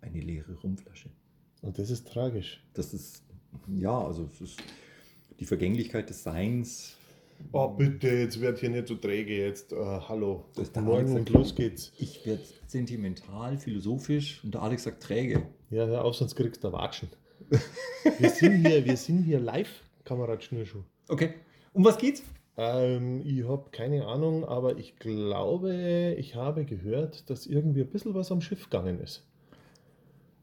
Eine leere Rumflasche. Und das ist tragisch. Das ist, ja, also es ist die Vergänglichkeit des Seins. Oh, bitte, jetzt wird hier nicht so träge jetzt. Äh, hallo. Das darf Morgen man und sagen. los geht's. Ich werde sentimental, philosophisch und der Alex sagt träge. Ja, hör auf, sonst kriegst du Watschen. wir sind hier, wir sind hier live, Kamerad Schnürschuh. Okay, um was geht's? Ähm, ich habe keine Ahnung, aber ich glaube, ich habe gehört, dass irgendwie ein bisschen was am Schiff gegangen ist.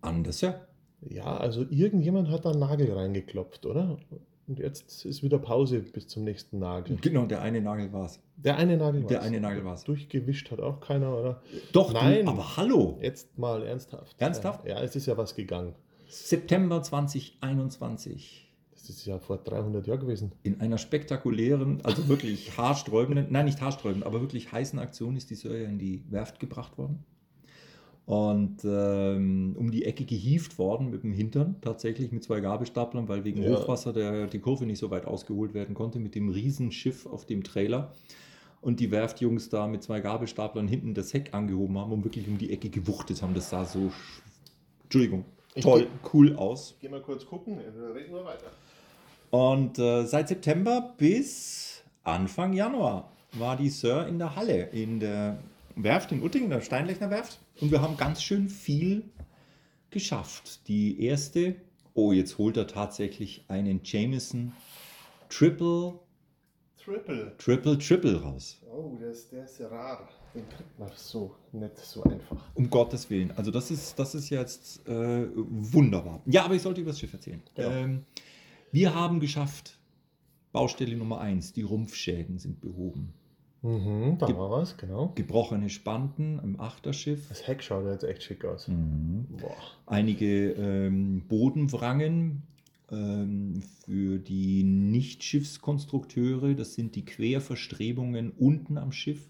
Anders, ja. Ja, also irgendjemand hat da einen Nagel reingeklopft, oder? Und jetzt ist wieder Pause bis zum nächsten Nagel. Genau, der eine Nagel war's. Der eine Nagel war's. Der eine Nagel war's. Durchgewischt hat auch keiner, oder? Doch, Nein. Du, aber hallo. Jetzt mal ernsthaft. Ernsthaft? Ja, es ist ja was gegangen. September 2021. Das ist ja vor 300 Jahren gewesen. In einer spektakulären, also wirklich haarsträubenden, nein, nicht haarsträubend, aber wirklich heißen Aktion ist die Sörja in die Werft gebracht worden. Und ähm, um die Ecke gehievt worden mit dem Hintern, tatsächlich mit zwei Gabelstaplern, weil wegen Ja. Hochwasser der, die Kurve nicht so weit ausgeholt werden konnte, mit dem Riesenschiff auf dem Trailer. Und die Werftjungs da mit zwei Gabelstaplern hinten das Heck angehoben haben und wirklich um die Ecke gewuchtet haben. Das sah so, sch- Entschuldigung, Ich toll, cool aus. Geh mal kurz gucken, reden wir weiter. Und äh, seit September bis Anfang Januar war die Sir in der Halle, in der Werft in Uttingen, der Steinlechner Werft. Und wir haben ganz schön viel geschafft. Die erste, oh, jetzt holt er tatsächlich einen Jameson Triple, Triple. Triple, Triple raus. Oh, der ist, der ist ja rar. Den kriegt man so nicht so einfach. Um Gottes Willen. Also das ist, das ist jetzt äh, wunderbar. Ja, aber ich sollte über das Schiff erzählen. Genau. Ähm, wir haben geschafft, Baustelle Nummer 1, die Rumpfschäden sind behoben. Mhm, da Gibt- war was, genau. gebrochene Spanten im Achterschiff. Das Heck schaut jetzt echt schick aus. Hm. Boah. Einige ähm, Bodenwrangen ähm, für die Nicht-Schiffskonstrukteure. Das sind die Querverstrebungen unten am Schiff,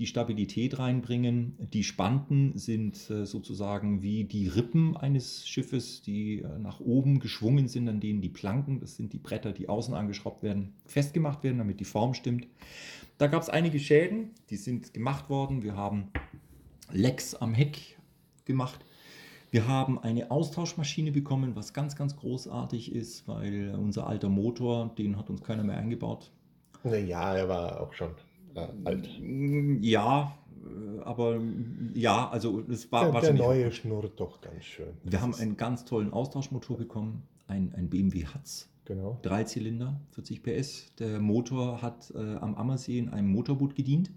die Stabilität reinbringen. Die Spanten sind äh, sozusagen wie die Rippen eines Schiffes, die äh, nach oben geschwungen sind, an denen die Planken, das sind die Bretter, die außen angeschraubt werden, festgemacht werden, damit die Form stimmt. Da gab es einige Schäden, die sind gemacht worden. Wir haben Lecks am Heck gemacht. Wir haben eine Austauschmaschine bekommen, was ganz, ganz großartig ist, weil unser alter Motor, den hat uns keiner mehr eingebaut. Naja, er war auch schon äh, alt. Mm, Ja, äh, aber mm, ja, also es war Der, der wahrscheinlich. neue schnurrt doch ganz schön. Wir Das haben ist- einen ganz tollen Austauschmotor bekommen, ein, ein BMW Hatz. Genau. Dreizylinder, 40 PS. Der Motor hat äh, am Ammersee in einem Motorboot gedient.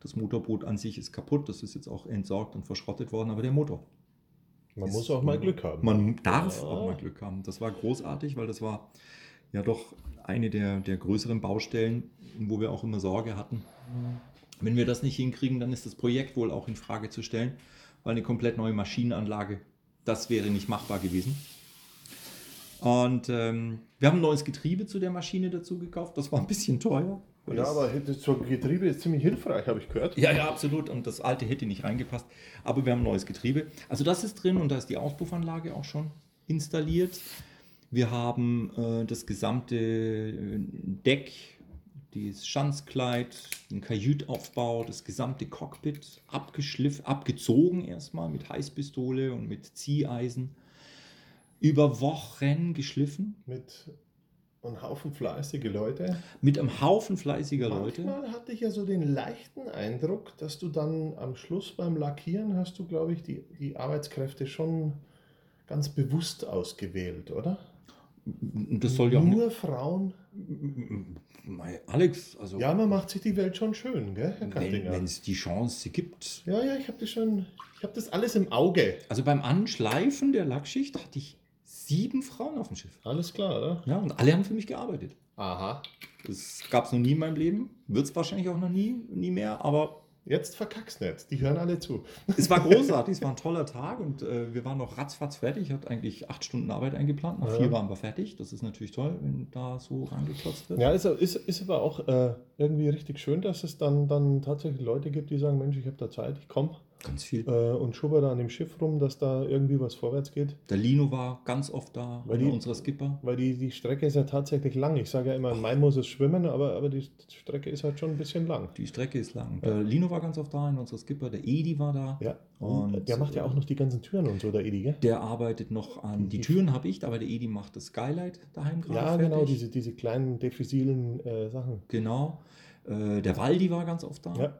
Das Motorboot an sich ist kaputt, das ist jetzt auch entsorgt und verschrottet worden, aber der Motor. Man ist- muss auch mal Glück haben. Man darf Ja. auch mal Glück haben. Das war großartig, weil das war ja doch eine der, der größeren Baustellen, wo wir auch immer Sorge hatten. Mhm. Wenn wir das nicht hinkriegen, dann ist das Projekt wohl auch in Frage zu stellen, weil eine komplett neue Maschinenanlage, das wäre nicht machbar gewesen. Und ähm, wir haben ein neues Getriebe zu der Maschine dazu gekauft. Das war ein bisschen teuer. weil ja, das- aber das so Getriebe ist ziemlich hilfreich, habe ich gehört. ja, ja, absolut. Und das alte hätte nicht reingepasst. Aber wir haben ein neues Getriebe. Also das ist drin und da ist die Auspuffanlage auch schon installiert. Wir haben äh, das gesamte äh, Deck, das Schanzkleid, den Kajütaufbau, das gesamte Cockpit abgeschliffen, abgezogen erstmal mit Heißpistole und mit Zieheisen. Über Wochen geschliffen Mit einem Haufen fleißige Leute. mit einem Haufen fleißiger Leute. Manchmal hatte ich ja so den leichten Eindruck, dass du dann am Schluss beim Lackieren hast du, glaube ich, die, die Arbeitskräfte schon ganz bewusst ausgewählt, oder? Und Das soll ja auch Nur Frauen. Mei, Alex, also Ja, man macht sich die Welt schon schön, gell, Herr Kantinger? wenn es die Chance gibt. ja, ja, ich habe das schon, ich habe das alles im Auge. Also beim Anschleifen der Lackschicht hatte ich sieben Frauen auf dem Schiff. Alles klar, oder? Ja, und alle haben für mich gearbeitet. Aha. Das gab es noch nie in meinem Leben, wird es wahrscheinlich auch noch nie, nie mehr, aber Jetzt verkack's nicht. Die hören alle zu. Es war großartig, es war ein toller Tag und äh, wir waren noch ratzfatz fertig. Ich hatte eigentlich acht Stunden Arbeit eingeplant. Nach Ja. vier waren wir fertig. Das ist natürlich toll, wenn da so rangeklotzt wird. Ja, ist, ist, ist aber auch äh, irgendwie richtig schön, dass es dann, dann tatsächlich Leute gibt, die sagen, Mensch, ich habe da Zeit, ich komme Ganz viel. äh, und schubber da an dem Schiff rum, dass da irgendwie was vorwärts geht. Der Lino war ganz oft da, Weil einer die- unserer Skipper. Weil die, die Strecke ist ja tatsächlich lang. Ich sage ja immer, in Mai muss es schwimmen, aber, aber die Strecke ist halt schon ein bisschen lang. Die Strecke ist lang. Der Lino war ganz oft da, einer unserer Skipper. Der Edi war da. Ja. Und, Und, der macht ja auch noch die ganzen Türen und so, der Edi, gell? Der arbeitet noch an. Die Türen habe ich, aber der Edi macht das Skylight daheim gerade. Mhm. Ja, Ah, fertig. genau, diese, diese kleinen, defusilen äh, Sachen. Genau. Äh, der Waldi war ganz oft da. Ja.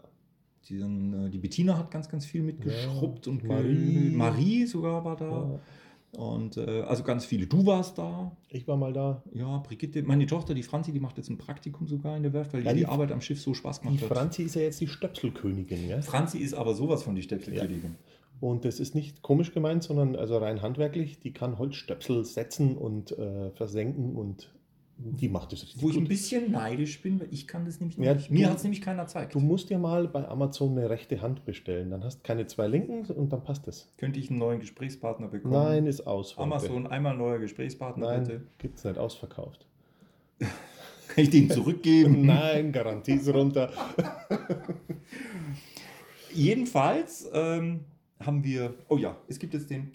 Die, dann, äh, die Bettina hat ganz, ganz viel mitgeschrubbt Ja, und ge- Marie. Marie sogar war da. ja. Und äh, also ganz viele. Du warst da. Ich war mal da. Ja, Brigitte, meine Tochter, die Franzi, die macht jetzt ein Praktikum sogar in der Werft, weil Ja, ihr die, die- Arbeit am Schiff so Spaß Die gemacht hat. Franzi ist ja jetzt die Stöpselkönigin, ja? Franzi ist aber sowas von die Städtelkönigin. Und das ist nicht komisch gemeint, sondern also rein handwerklich. Die kann Holzstöpsel setzen und äh, versenken und die macht das richtig Wo ich ein gut. bisschen neidisch bin, weil ich kann das nämlich Ja, nicht. du- Mir hat es nämlich keiner gezeigt. Du musst dir mal bei Amazon eine rechte Hand bestellen. Dann hast du keine zwei linken und dann passt es. Könnte ich einen neuen Gesprächspartner bekommen? Nein, ist aus. heute. Amazon, einmal neuer Gesprächspartner, bitte. Nein, gibt's nicht ausverkauft. Kann ich den zurückgeben? Nein, Garantie ist runter. Jedenfalls ähm, haben wir. Oh ja, es gibt jetzt den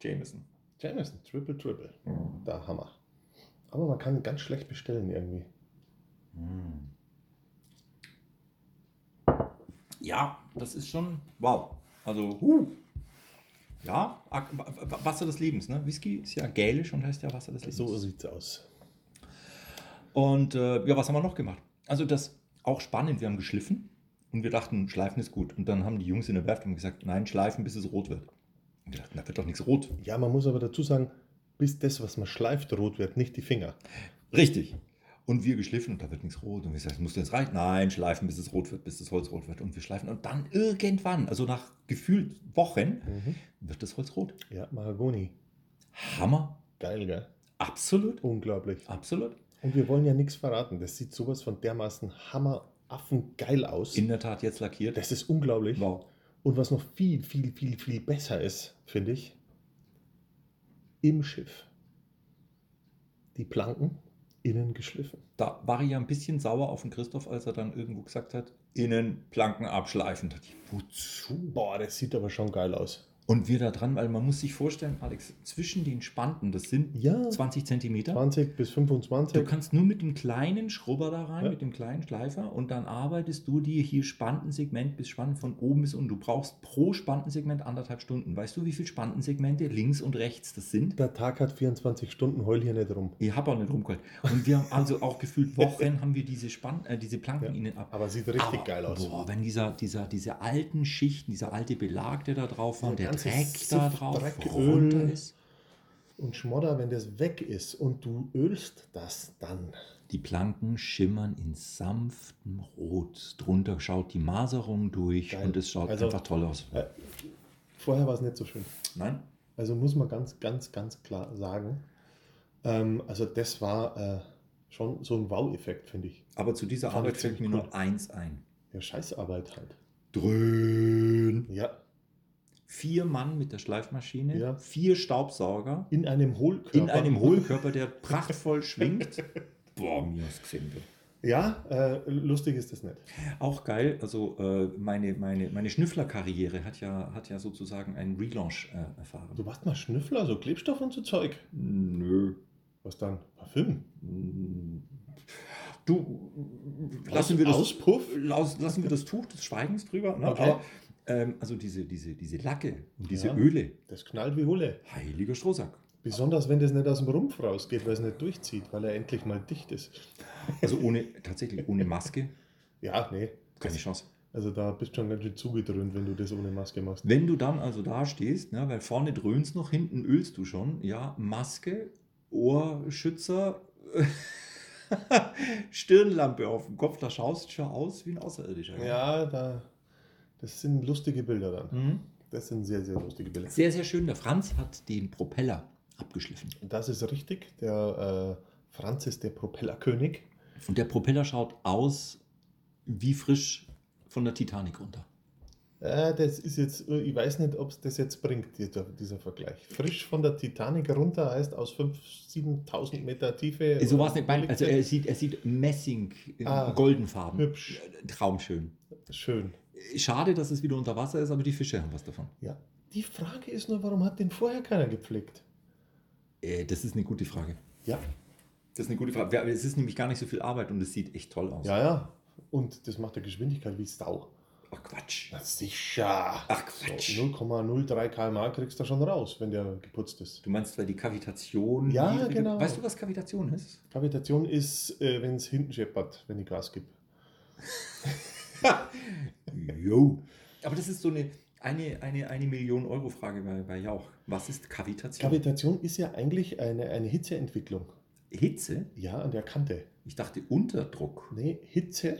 Jameson. Jameson, Triple Triple. Da Hammer. Aber man kann ganz schlecht bestellen irgendwie. Hm. Ja, das ist schon wow. Also, huh. ja, Ak- Wa- Wa- Wasser des Lebens. Ne? Whisky ist ja gälisch und heißt ja Wasser des Lebens. So sieht's aus. Und äh, ja, was haben wir noch gemacht? Also das auch spannend, wir haben geschliffen und wir dachten, schleifen ist gut. Und dann haben die Jungs in der Werft haben gesagt, nein, schleifen, bis es rot wird. Und wir dachten, da wird doch nichts rot. Ja, man muss aber dazu sagen, bis das, was man schleift, rot wird, nicht die Finger. Richtig. Und wir geschliffen und da wird nichts rot. Und wir sagten, muss das reichen? Nein, schleifen, bis es rot wird, bis das Holz rot wird. Und wir schleifen und dann irgendwann, also nach gefühlt Wochen, wird das Holz rot. Ja, Mahagoni. Hammer. Geil, gell? Absolut. Unglaublich. Absolut. Und wir wollen ja nichts verraten. Das sieht sowas von dermaßen hammeraffengeil aus. In der Tat jetzt lackiert. Das ist unglaublich. Wow. Und was noch viel, viel, viel, viel besser ist, finde ich, im Schiff. Die Planken innen geschliffen. Da war ich ja ein bisschen sauer auf den Christoph, als er dann irgendwo gesagt hat, innen Planken abschleifen. Da dachte ich, wozu? Boah, das sieht aber schon geil aus. Und wir da dran, weil man muss sich vorstellen, Alex, zwischen den Spanten, das sind Ja, 20 Zentimeter. 20 bis Du 25. kannst nur mit dem kleinen Schrubber da rein, Ja. mit dem kleinen Schleifer und dann arbeitest du dir hier Spantensegment bis Spanten von oben bis unten. Du brauchst pro Spantensegment anderthalb Stunden. Weißt du, wie viele Spantensegmente links und rechts das sind? Der Tag hat 24 Stunden, heul hier nicht rum. Ich habe auch nicht rumgeholt. Und wir haben also auch gefühlt Wochen haben wir diese, Span äh, diese Planken Ja. innen ab. Aber sieht richtig Aber, geil aus. Boah, wenn dieser, dieser, diese alten Schichten, dieser alte Belag, der da drauf war, und der Dieser ganze Dreck da Siff, drauf Dreck, runter Öl. ist. Und Schmodder, wenn das weg ist und du ölst das dann. Die Planken schimmern in sanftem Rot. Drunter schaut die Maserung durch Geil. und es schaut Also- einfach toll aus. Ja. Vorher war es nicht so schön. Nein? Also muss man ganz, ganz, ganz klar sagen. Ähm, also das war äh, schon so ein Wow-Effekt, finde ich. Aber zu dieser Fand Arbeit ich fällt mir ziemlich nur cool. eins ein. Ja, Scheißarbeit halt. Dröhn. Ja, Vier Mann mit der Schleifmaschine, Ja. vier Staubsauger, in einem Hohlkörper. in einem Hohlkörper, der prachtvoll schwingt. Boah, mir ist gesehen. du. Ja, äh, lustig ist das nicht. Auch geil, also äh, meine, meine, meine Schnüfflerkarriere hat ja, hat ja sozusagen einen Relaunch äh, erfahren. Du warst mal Schnüffler, so Klebstoff und so Zeug. Nö. Was dann? Parfüm? Du, Aus- lassen wir das Auspuff? Laus, lassen wir das Tuch des Schweigens drüber. Ne? Okay. Aber, ähm, also diese, diese, diese Lacke und diese Ja. Öle, Das knallt wie Hulle. heiliger Strohsack. Besonders wenn das nicht aus dem Rumpf rausgeht, weil es nicht durchzieht, weil er endlich mal dicht ist. Also ohne, tatsächlich ohne Maske, Ja, nee. keine Chance. Also da bist du schon ganz schön zugedröhnt, wenn du das ohne Maske machst. Wenn du dann also da stehst, ne, weil vorne dröhnst noch, hinten ölst du schon, ja, Maske, Ohrschützer, Stirnlampe auf dem Kopf, da schaust du schon aus wie ein Außerirdischer. Ja, da, das sind lustige Bilder dann. Mhm. Das sind sehr, sehr lustige Bilder. Sehr, sehr schön. Der Franz hat den Propeller abgeschliffen. Das ist richtig. Der äh, Franz ist der Propellerkönig. Und der Propeller schaut aus wie frisch von der Titanic runter. Äh, das ist jetzt, ich weiß nicht, ob es das jetzt bringt, dieser, dieser Vergleich. Frisch von der Titanic runter heißt aus 5.000, 7.000 Meter Tiefe. So war es nicht mein, also er sieht, er sieht Messing in Ah, goldenfarben. hübsch. Traumschön. Schön. Schade, dass es wieder unter Wasser ist, aber die Fische haben was davon. Ja. Die Frage ist nur, warum hat den vorher keiner gepflegt? Äh, Das ist eine gute Frage. Ja. Das ist eine gute Frage. Ja, aber Es ist nämlich gar nicht so viel Arbeit und es sieht echt toll aus. Ja, ja. Und das macht der Geschwindigkeit wie Stau. Ach Quatsch. Na sicher. Ach So, Quatsch. 0,03 km/h kriegst du schon raus, wenn der geputzt ist. Du meinst, weil die Kavitation. Ja, niedrige- genau. Weißt du, was Kavitation ist? Kavitation ist, äh, wenn es hinten scheppert, wenn ich Gas gebe. Jo. Aber das ist so eine, eine, eine, eine Million Euro Frage bei, bei Jauch. Was ist Kavitation? Kavitation ist ja eigentlich eine, eine Hitzeentwicklung. Hitze? Ja, an der Kante. Ich dachte Unterdruck. Nee, Ne, Hitze.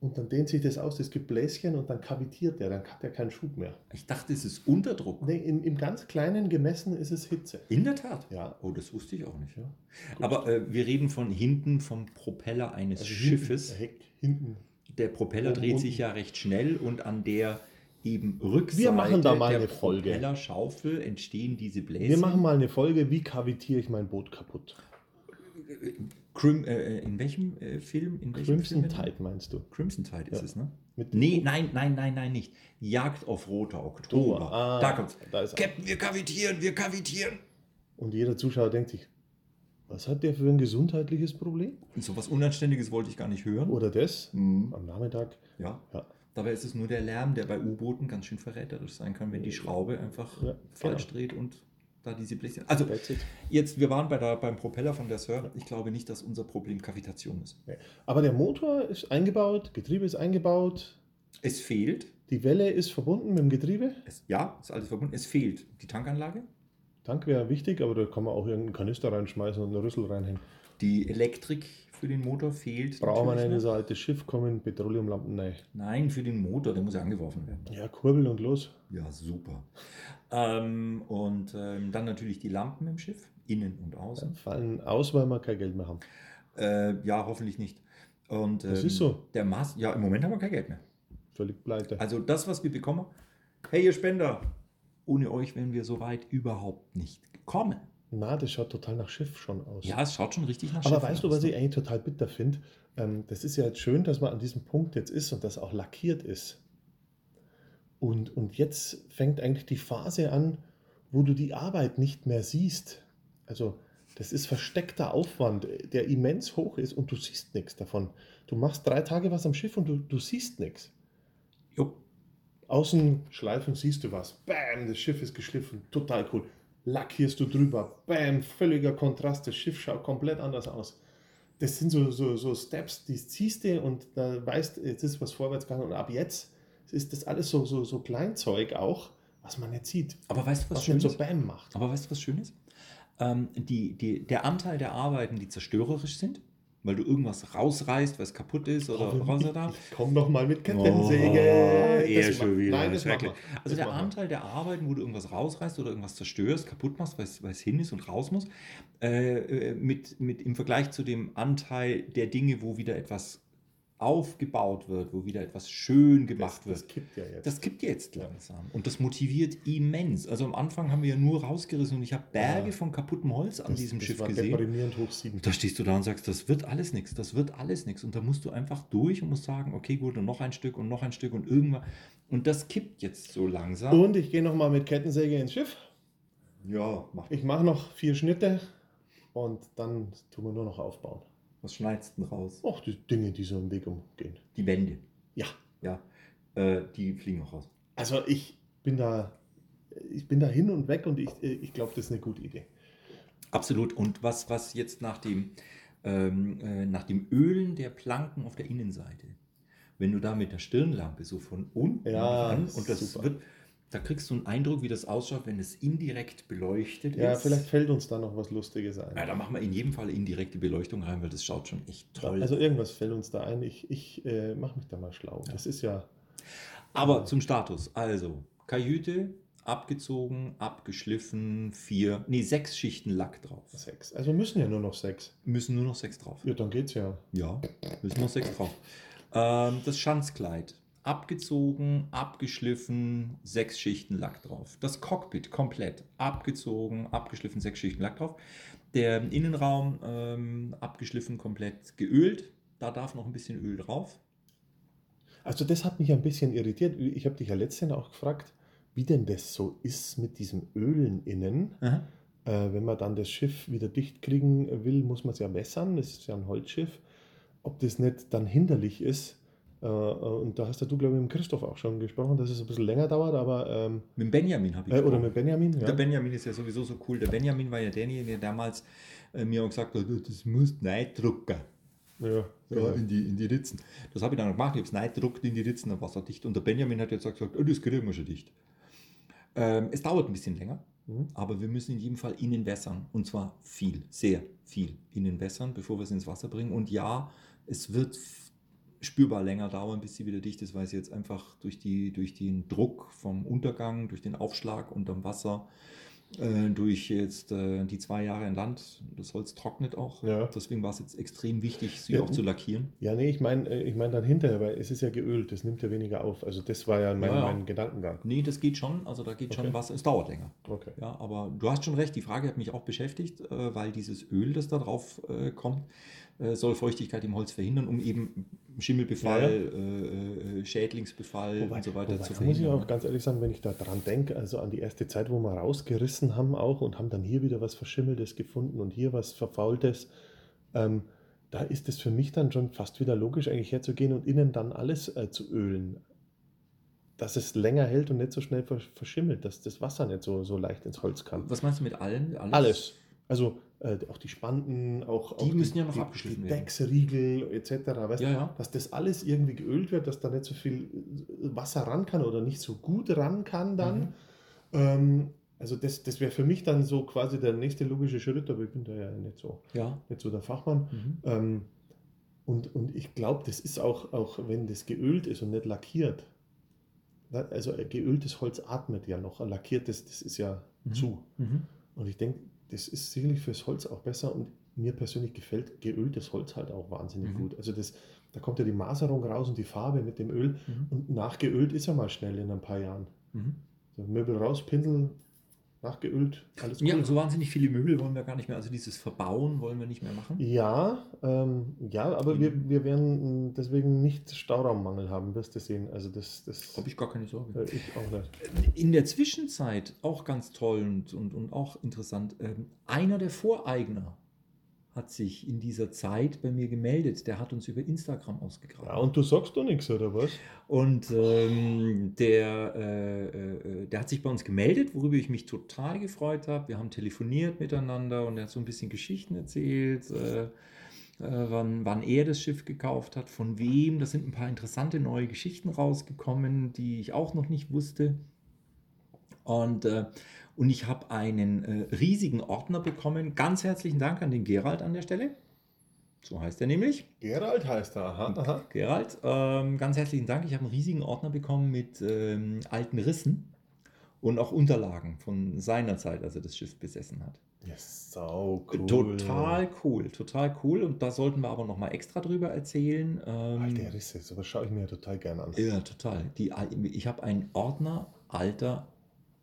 Und dann dehnt sich das aus, das gibt Bläschen und dann kavitiert der, dann hat der keinen Schub mehr. Ich dachte, es ist Unterdruck. Nee, im, im ganz Kleinen gemessen ist es Hitze. In der Tat. Ja, Oh, das wusste ich auch nicht. Ja, gut. Aber äh, wir reden von hinten vom Propeller eines Schiffes. also Hinten, Heck, hinten. Der Propeller Oben, dreht unten. sich ja recht schnell und an der eben Rückseite Wir machen da mal der eine Folge. Propellerschaufel entstehen diese Bläschen. Wir machen mal eine Folge, wie kavitiere ich mein Boot kaputt. Crim, äh, in welchem äh, Film? In welchem Crimson Film? Tide meinst du? Crimson Tide ist Ja. es, ne? Mit Nee, nein, nein, nein, nein, nicht. Jagd auf roter Oktober. Ah, da kommt's. Da ist er. Captain, wir kavitieren, wir kavitieren. Und jeder Zuschauer denkt sich, was hat der für ein gesundheitliches Problem? So was Unanständiges wollte ich gar nicht hören. Oder das? Mhm. Am Nachmittag? Ja. Ja. Dabei ist es nur der Lärm, der bei U-Booten ganz schön verräterisch sein kann, wenn die Schraube einfach Ja, falsch genau. dreht und da diese Bläschen. Also That's it. jetzt, wir waren bei der, beim Propeller von der Sir. Ich glaube nicht, dass unser Problem Kavitation ist. Aber der Motor ist eingebaut, Getriebe ist eingebaut, Es fehlt, die Welle ist verbunden mit dem Getriebe. es, ja, ist alles verbunden, es fehlt die Tankanlage, Tank wäre wichtig, aber da kann man auch irgendeinen Kanister reinschmeißen und einen Rüssel reinhängen. die Elektrik für den Motor fehlt. Brauchen wir natürlich nicht in noch. so altes Schiff kommen, Petroleumlampen, nein. Nein, für den Motor, der muss ja angeworfen werden. Ja, kurbeln und los. Ja, super. Ähm, und ähm, dann natürlich die Lampen im Schiff, innen und außen. Fallen aus, weil wir kein Geld mehr haben. Äh, ja, hoffentlich nicht. Und, ähm, Das ist so. Der Maß, ja, im Moment haben wir kein Geld mehr. Völlig pleite. Also das, was wir bekommen, hey ihr Spender, ohne euch wären wir so weit überhaupt nicht gekommen. Na, das schaut total nach Schiff schon aus. Ja, es schaut schon richtig nach Aber Schiffen weißt du, aus, was ne? ich eigentlich total bitter finde? Ähm, das ist ja jetzt schön, dass man an diesem Punkt jetzt ist und das auch lackiert ist. Und, und jetzt fängt eigentlich die Phase an, wo du die Arbeit nicht mehr siehst. Also das ist versteckter Aufwand, äh, der immens hoch ist und du siehst nichts davon. Du machst drei Tage was am Schiff und du, du siehst nichts. Jo. Außen schleifen siehst du was. Bam, das Schiff ist geschliffen. Total cool. Lackierst du drüber. Bam, völliger Kontrast. Das Schiff schaut komplett anders aus. Das sind so, so, so Steps, die ziehst du und da weißt, jetzt ist was vorwärts gegangen und ab jetzt ist das alles so, so, so Kleinzeug auch, was man nicht sieht. Aber weißt du, was, Was schön man so ist? Bam macht. Aber weißt du, was schön ist? Ähm, die, die, der Anteil der Arbeiten, die zerstörerisch sind, weil du irgendwas rausreißt, was kaputt ist oder raus da. Ich komm noch mal mit Oh, Kettensäge. eher Das ma- schon wieder. Nein, das machen Schrecklich. wir. Also Das der machen wir. Anteil der Arbeiten, wo du irgendwas rausreißt oder irgendwas zerstörst, kaputt machst, weil es hin ist und raus muss, äh, äh, mit, mit im Vergleich zu dem Anteil der Dinge, wo wieder etwas aufgebaut wird, wo wieder etwas schön gemacht das, das wird. kippt ja jetzt. Das kippt jetzt langsam und das motiviert immens. Also am Anfang haben wir ja nur rausgerissen und ich habe Berge Ja. von kaputtem Holz an Das- diesem das Schiff war gesehen. deprimierend hoch sieben. Und da stehst du da und sagst, das wird alles nichts, das wird alles nichts. Und da musst du einfach durch und musst sagen, okay, gut, und noch ein Stück und noch ein Stück und irgendwann. Und das kippt jetzt so langsam. Und ich gehe noch mal mit Kettensäge ins Schiff. Ja, mach. Ich mache noch vier Schnitte und dann tun wir nur noch aufbauen. Was schneidest du denn raus? Ach, die Dinge, die so im Weg umgehen. Die Wände. Ja. Ja. Äh, die fliegen auch raus. Also ich bin da, ich bin da hin und weg und ich, ich glaube, das ist eine gute Idee. Absolut. Und was, was jetzt nach dem, ähm, äh, nach dem Ölen der Planken auf der Innenseite, wenn du da mit der Stirnlampe so von unten Ja, an das ist und das super. wird, da kriegst du einen Eindruck, wie das ausschaut, wenn es indirekt beleuchtet Ja, ist. vielleicht fällt uns da noch was Lustiges Ja, ein. da machen wir in jedem Fall indirekte Beleuchtung rein, weil das schaut schon echt toll. Also irgendwas fällt uns da ein. Ich, ich äh, mache mich da mal schlau. Das ist ja, Aber zum Status. Also, Kajüte abgezogen, abgeschliffen, vier, nee, sechs Schichten Lack drauf. sechs. Also müssen ja nur noch sechs. Müssen nur noch sechs drauf. Ja, dann geht's ja. Ja, müssen noch sechs drauf. Ähm, das Schanzkleid abgezogen, abgeschliffen, sechs Schichten Lack drauf. Das Cockpit komplett abgezogen, abgeschliffen, sechs Schichten Lack drauf. Der Innenraum ähm, abgeschliffen, komplett geölt. Da darf noch ein bisschen Öl drauf. Also das hat mich ein bisschen irritiert. Ich habe dich ja letztens auch gefragt, wie denn das so ist mit diesem Ölen innen. Aha. Äh, wenn man dann das Schiff wieder dicht kriegen will, muss man es ja wässern. Das ist ja ein Holzschiff. Ob das nicht dann hinderlich ist. Äh, und da hast ja du, glaube ich, mit dem Christoph auch schon gesprochen, dass es ein bisschen länger dauert, aber ähm, Mit dem Benjamin habe ich äh, oder gesprochen. mit Benjamin. Ja. Der Benjamin ist ja sowieso so cool. Der Benjamin war ja derjenige, der damals äh, mir auch gesagt hat, "Du, das musst nicht drucken. ja, Ja, ja. in, die, in die Ritzen. Das habe ich dann noch gemacht. Ich habe es nicht gedruckt in die Ritzen, dann war es auch dicht. Und der Benjamin hat jetzt auch gesagt, oh, das kriegen wir schon dicht. Ähm, es dauert ein bisschen länger, Mhm. aber wir müssen in jedem Fall innen wässern. Und zwar viel, sehr viel innen wässern, bevor wir es ins Wasser bringen. Und ja, es wird f- spürbar länger dauern, bis sie wieder dicht ist, weil sie jetzt einfach durch, die, durch den Druck vom Untergang, durch den Aufschlag unterm Wasser, äh, durch jetzt äh, die zwei Jahre in Land, das Holz trocknet auch. Ja. Deswegen war es jetzt extrem wichtig, sie Ja. auch zu lackieren. Ja, nee, ich meine ich mein dann hinterher, weil es ist ja geölt, das nimmt ja weniger auf. Also das war ja mein, Ja, ja. mein Gedankengang. Nee, das geht schon. Also da geht Okay. schon was. Es dauert länger. Okay. Ja, aber du hast schon recht. Die Frage hat mich auch beschäftigt, äh, weil dieses Öl, das da drauf äh, kommt, äh, soll Feuchtigkeit im Holz verhindern, um eben Schimmelbefall, Ja, Äh, äh, Schädlingsbefall und so weiter zu wobei, da muss ich verhindern. auch ganz ehrlich sagen, wenn ich da dran denke, also an die erste Zeit, wo wir rausgerissen haben auch und haben dann hier wieder was Verschimmeltes gefunden und hier was Verfaultes, ähm, da ist es für mich dann schon fast wieder logisch, eigentlich herzugehen und innen dann alles äh, zu ölen. Dass es länger hält und nicht so schnell versch- verschimmelt, dass das Wasser nicht so, so leicht ins Holz kann. Was meinst du mit allem? Alles? Alles. Also äh, auch die Spanten, auch Die auch müssen ja noch abgeschliffen die werden. Decksriegel etc. Weißt, Ja, ja. Dass das alles irgendwie geölt wird, dass da nicht so viel äh, Wasser ran kann oder nicht so gut ran kann dann. Mhm. Ähm, also das, das wäre für mich dann so quasi der nächste logische Schritt, aber ich bin da ja nicht so, Ja. nicht so der Fachmann. Mhm. Ähm, und, und ich glaube, das ist auch, auch wenn das geölt ist und nicht lackiert. Na, Also äh, geöltes Holz atmet ja noch, ein lackiertes, das ist ja Mhm. zu. Mhm. Und ich denke, das ist sicherlich fürs Holz auch besser und mir persönlich gefällt geöltes Holz halt auch wahnsinnig Mhm. gut. Also das, da kommt ja die Maserung raus und die Farbe mit dem Öl Mhm. und nachgeölt ist er mal schnell in ein paar Jahren. Mhm. So, Möbel raus, Pinsel, nachgeölt, alles cool. Ja, so wahnsinnig viele Möbel wollen wir gar nicht mehr. Also dieses Verbauen wollen wir nicht mehr machen. Ja, ähm, ja, aber wir, Mhm. wir werden mh, deswegen nicht Stauraummangel haben, wirst du sehen. Also das, das Habe ich gar keine Sorge. äh, ich auch nicht. In der Zwischenzeit auch ganz toll und, und, und auch interessant. Ähm, einer der Voreigner hat sich in dieser Zeit bei mir gemeldet. Der hat uns über Instagram Ja, ausgegraben. und du sagst doch nichts, oder was? Und ähm, der, äh, äh, äh, der hat sich bei uns gemeldet, worüber ich mich total gefreut habe. Wir haben telefoniert miteinander und er hat so ein bisschen Geschichten erzählt, äh, äh, wann, wann er das Schiff gekauft hat, von wem. Da sind ein paar interessante neue Geschichten rausgekommen, die ich auch noch nicht wusste. Und, äh, und ich habe einen äh, riesigen Ordner bekommen. Ganz herzlichen Dank an den Gerald an der Stelle. So heißt er nämlich. Gerald heißt er, aha, aha. Gerald, ähm, ganz herzlichen Dank. Ich habe einen riesigen Ordner bekommen mit ähm, alten Rissen und auch Unterlagen von seiner Zeit, als er das Schiff besessen hat. Ja, sau cool. Total cool, total cool. Und da sollten wir aber nochmal extra drüber erzählen. Ähm, Alter Risse, sowas schaue ich mir ja total gern an. ja, total. Die, al- ich habe einen Ordner alter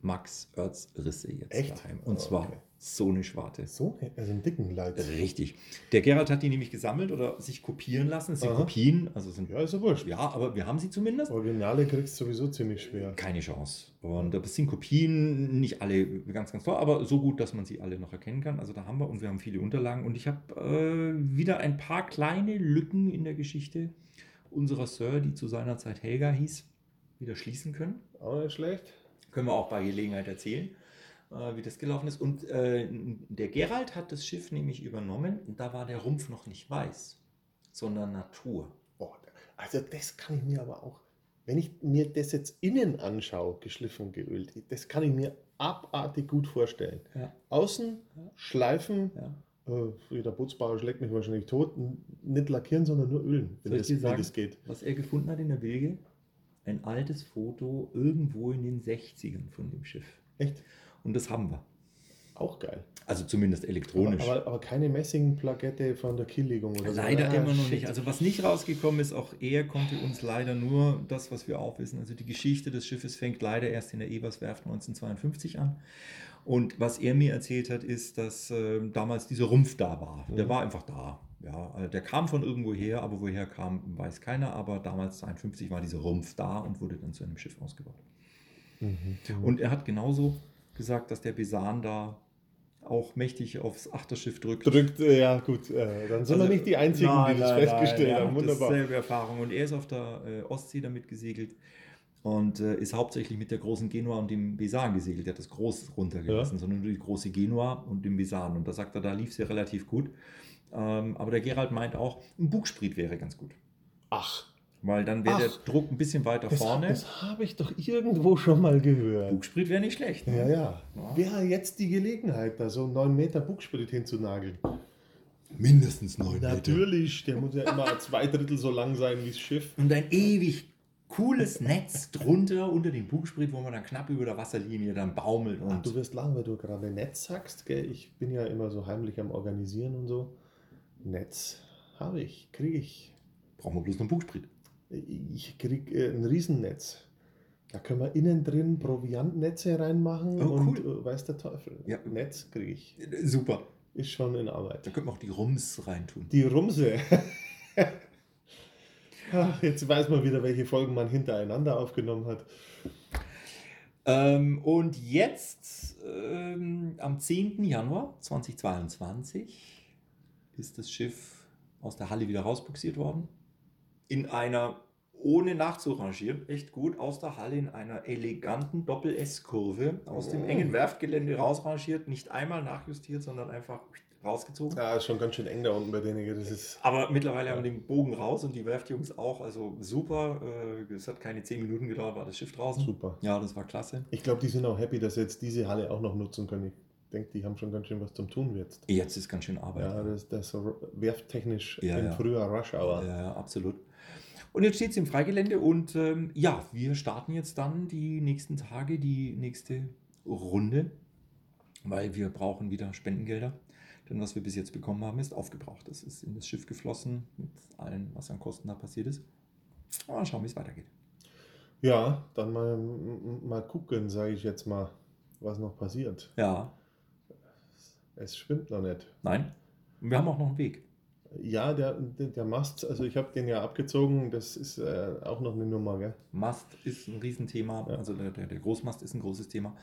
Max Oertz Risse jetzt Echt? daheim. Und Oh, zwar okay. so eine Schwarte. So, also einen dicken Leid. Richtig. Der Gerald hat die nämlich gesammelt oder sich kopieren lassen. Es sind Aha. Kopien, also sind Ja, ist ja wurscht. ja, aber wir haben sie zumindest. Originale kriegst du sowieso ziemlich schwer. Keine Chance. Und äh, das sind Kopien, nicht alle ganz, ganz toll, aber so gut, dass man sie alle noch erkennen kann. Also da haben wir und wir haben viele Unterlagen. Und ich habe äh, wieder ein paar kleine Lücken in der Geschichte unserer Sir, die zu seiner Zeit Helga hieß, wieder schließen können. Auch nicht schlecht. Können wir auch bei Gelegenheit erzählen, äh, wie das gelaufen ist. Und äh, der Gerald hat das Schiff nämlich übernommen. Da war der Rumpf noch nicht weiß, sondern Natur. Boah, also das kann ich mir aber auch, wenn ich mir das jetzt innen anschaue, geschliffen, geölt, das kann ich mir abartig gut vorstellen. Ja. Außen Ja. schleifen, Ja. äh, jeder Putzbauer schlägt mich wahrscheinlich tot, N- nicht lackieren, sondern nur ölen, wenn, Soll ich das, dir wenn sagen? das geht. was er gefunden hat in der Wilge, ein altes Foto irgendwo in den 60ern von dem Schiff. Echt, Und das haben wir. auch geil. Also zumindest elektronisch. Aber, aber keine Messingplakette von der Killlegung oder so. Leider Ah, immer noch shit. nicht. Also was nicht rausgekommen ist, auch er konnte uns leider nur das, was wir auch wissen. Also die Geschichte des Schiffes fängt leider erst in der Eberswerft 1952 an. Und was er mir erzählt hat, ist, dass ähm, damals dieser Rumpf da war. Der Mhm. war einfach da. Ja, also der kam von irgendwo her, aber woher kam, weiß keiner. Aber damals 52 war dieser Rumpf da und wurde dann zu einem Schiff ausgebaut. Mhm. Und er hat genauso gesagt, dass der Besan da auch mächtig aufs Achterschiff drückt. Also, drückt, äh, ja gut, äh, dann sind wir nicht die Einzigen, die das festgestellt haben. Wunderbar. Wunderbar. Dasselbe Erfahrung. Und er ist auf der äh, Ostsee damit gesegelt und äh, ist hauptsächlich mit der großen Genua und dem Besan gesegelt. Er hat das groß runtergelassen, sondern nur die große Genua und den Besan. Und da sagt er, da lief es ja relativ gut. Ähm, aber der Gerald meint auch, ein Bugspriet wäre ganz gut. Ach, Weil dann wäre der Ach, Druck ein bisschen weiter das, vorne. das habe ich doch irgendwo schon mal gehört. Bugspriet wäre nicht schlecht. ne? Ja, ja. Ja. Wäre jetzt die Gelegenheit, da so einen 9 Meter Bugspriet hinzunageln. Mindestens neun Natürlich, der muss ja immer zwei Drittel so lang sein wie das Schiff. und ein ewig cooles Netz drunter unter dem Bugsprit, wo man dann knapp über der Wasserlinie dann baumelt Ach, und du wirst lachen, weil du gerade Netz sagst. Gell? Ich bin ja immer so heimlich am Organisieren und so. Netz habe ich, kriege ich. braucht man bloß noch Bugsprit. Ich kriege äh, ein Riesennetz. Da können wir innen drin Proviantnetze reinmachen Oh, und cool. äh, weiß der Teufel. Ja. Netz kriege ich. Super. Ist schon in Da Arbeit. könnte man auch die Rums reintun. Die Rumse. Ach, Jetzt weiß man wieder, welche Folgen man hintereinander aufgenommen hat. Ähm, und jetzt, ähm, am 10. Januar 2022, ist das Schiff aus der Halle wieder rausbuxiert worden. In einer, ohne nachzurangieren, echt gut, aus der Halle in einer eleganten Doppel-S-Kurve, aus dem Oh. engen Werftgelände rausrangiert, nicht einmal nachjustiert, sondern einfach rausgezogen. Ja, Ah, ist schon ganz schön eng da unten bei denen. Das ist Aber mittlerweile haben wir den Bogen raus und die Werftjungs auch, also super. äh, Es hat keine 10 Minuten gedauert, war das Schiff draußen. super. Ja, das war klasse. Ich glaube, die sind auch happy, dass sie jetzt diese Halle auch noch nutzen können. Ich denke, die haben schon ganz schön was zum Tun jetzt. Jetzt ist ganz schön Arbeit. Ja, das, das werft technisch Ja, in ja. früher Rush Hour. Ja, ja, absolut. Und jetzt steht es im Freigelände und ähm, ja, wir starten jetzt dann die nächsten Tage, die nächste Runde, weil wir brauchen wieder Spendengelder. Denn was wir bis jetzt bekommen haben, ist aufgebraucht. Das ist in das Schiff geflossen mit allem, was an Kosten da passiert ist. Mal schauen, wie es weitergeht. Ja, dann mal, mal gucken, sage ich jetzt mal, was noch passiert. Ja, Es schwimmt noch nicht. nein. Und wir haben auch noch einen Weg. Ja, der, der, der Mast, also ich habe den ja abgezogen, das ist äh, auch noch eine Nummer, gell? Mast ist ein Riesenthema, Ja. also der, der der Großmast ist ein großes Thema.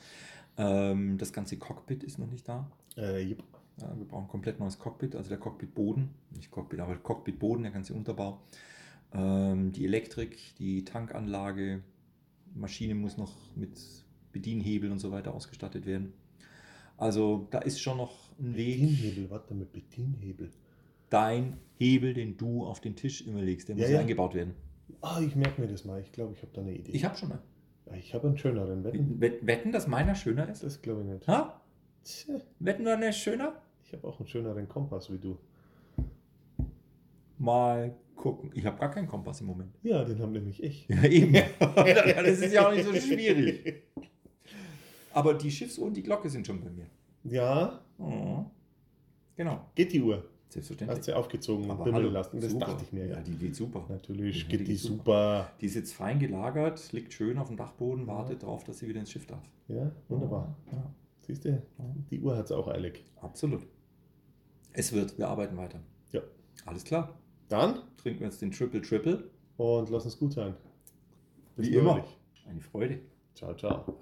Ähm, das ganze Cockpit ist noch nicht da. Äh, jupp. Ja, wir brauchen ein komplett neues Cockpit, also der Cockpitboden, nicht Cockpit, aber Cockpitboden, der ganze Unterbau. Ähm, die Elektrik, die Tankanlage, Maschine muss noch mit Bedienhebel und so weiter ausgestattet werden. Also da ist schon noch ein Weg. Bedienhebel, warte mal, Bedienhebel. Dein Hebel, den du auf den Tisch immer legst, der Ja, muss ja. eingebaut werden. Ah, ich merke mir das mal, ich glaube, ich habe da eine Idee. Ich habe schon mal. Ja, ich habe einen schöneren, wetten. Wetten, dass meiner schöner ist? Das glaube ich nicht. Ha? Tja, Wetten, dann ist schöner? Ich habe auch einen schöneren Kompass wie du. Mal gucken. Ich habe gar keinen Kompass im Moment. Ja, den habe nämlich ich. Ja, eben. das ist ja auch nicht so schwierig. Aber die Schiffsuhr und die Glocke sind schon bei mir. Ja, Oh. Genau. geht die Uhr. Hast Selbstverständlich. sie aufgezogen und bimmeln lassen. Das dachte ich mir. Ja, die geht super. Natürlich Ja, geht die die ist super. Die ist jetzt fein gelagert, liegt schön auf dem Dachboden, wartet darauf, dass sie wieder ins Schiff darf. Ja, wunderbar. Ja, Siehst du, ja. die Uhr hat es auch eilig. absolut. Es wird, wir arbeiten weiter. Ja. Alles klar. Dann Trinken wir jetzt den Triple Triple. und lass uns gut sein. Wie immer. neulich. Eine Freude. Ciao, ciao.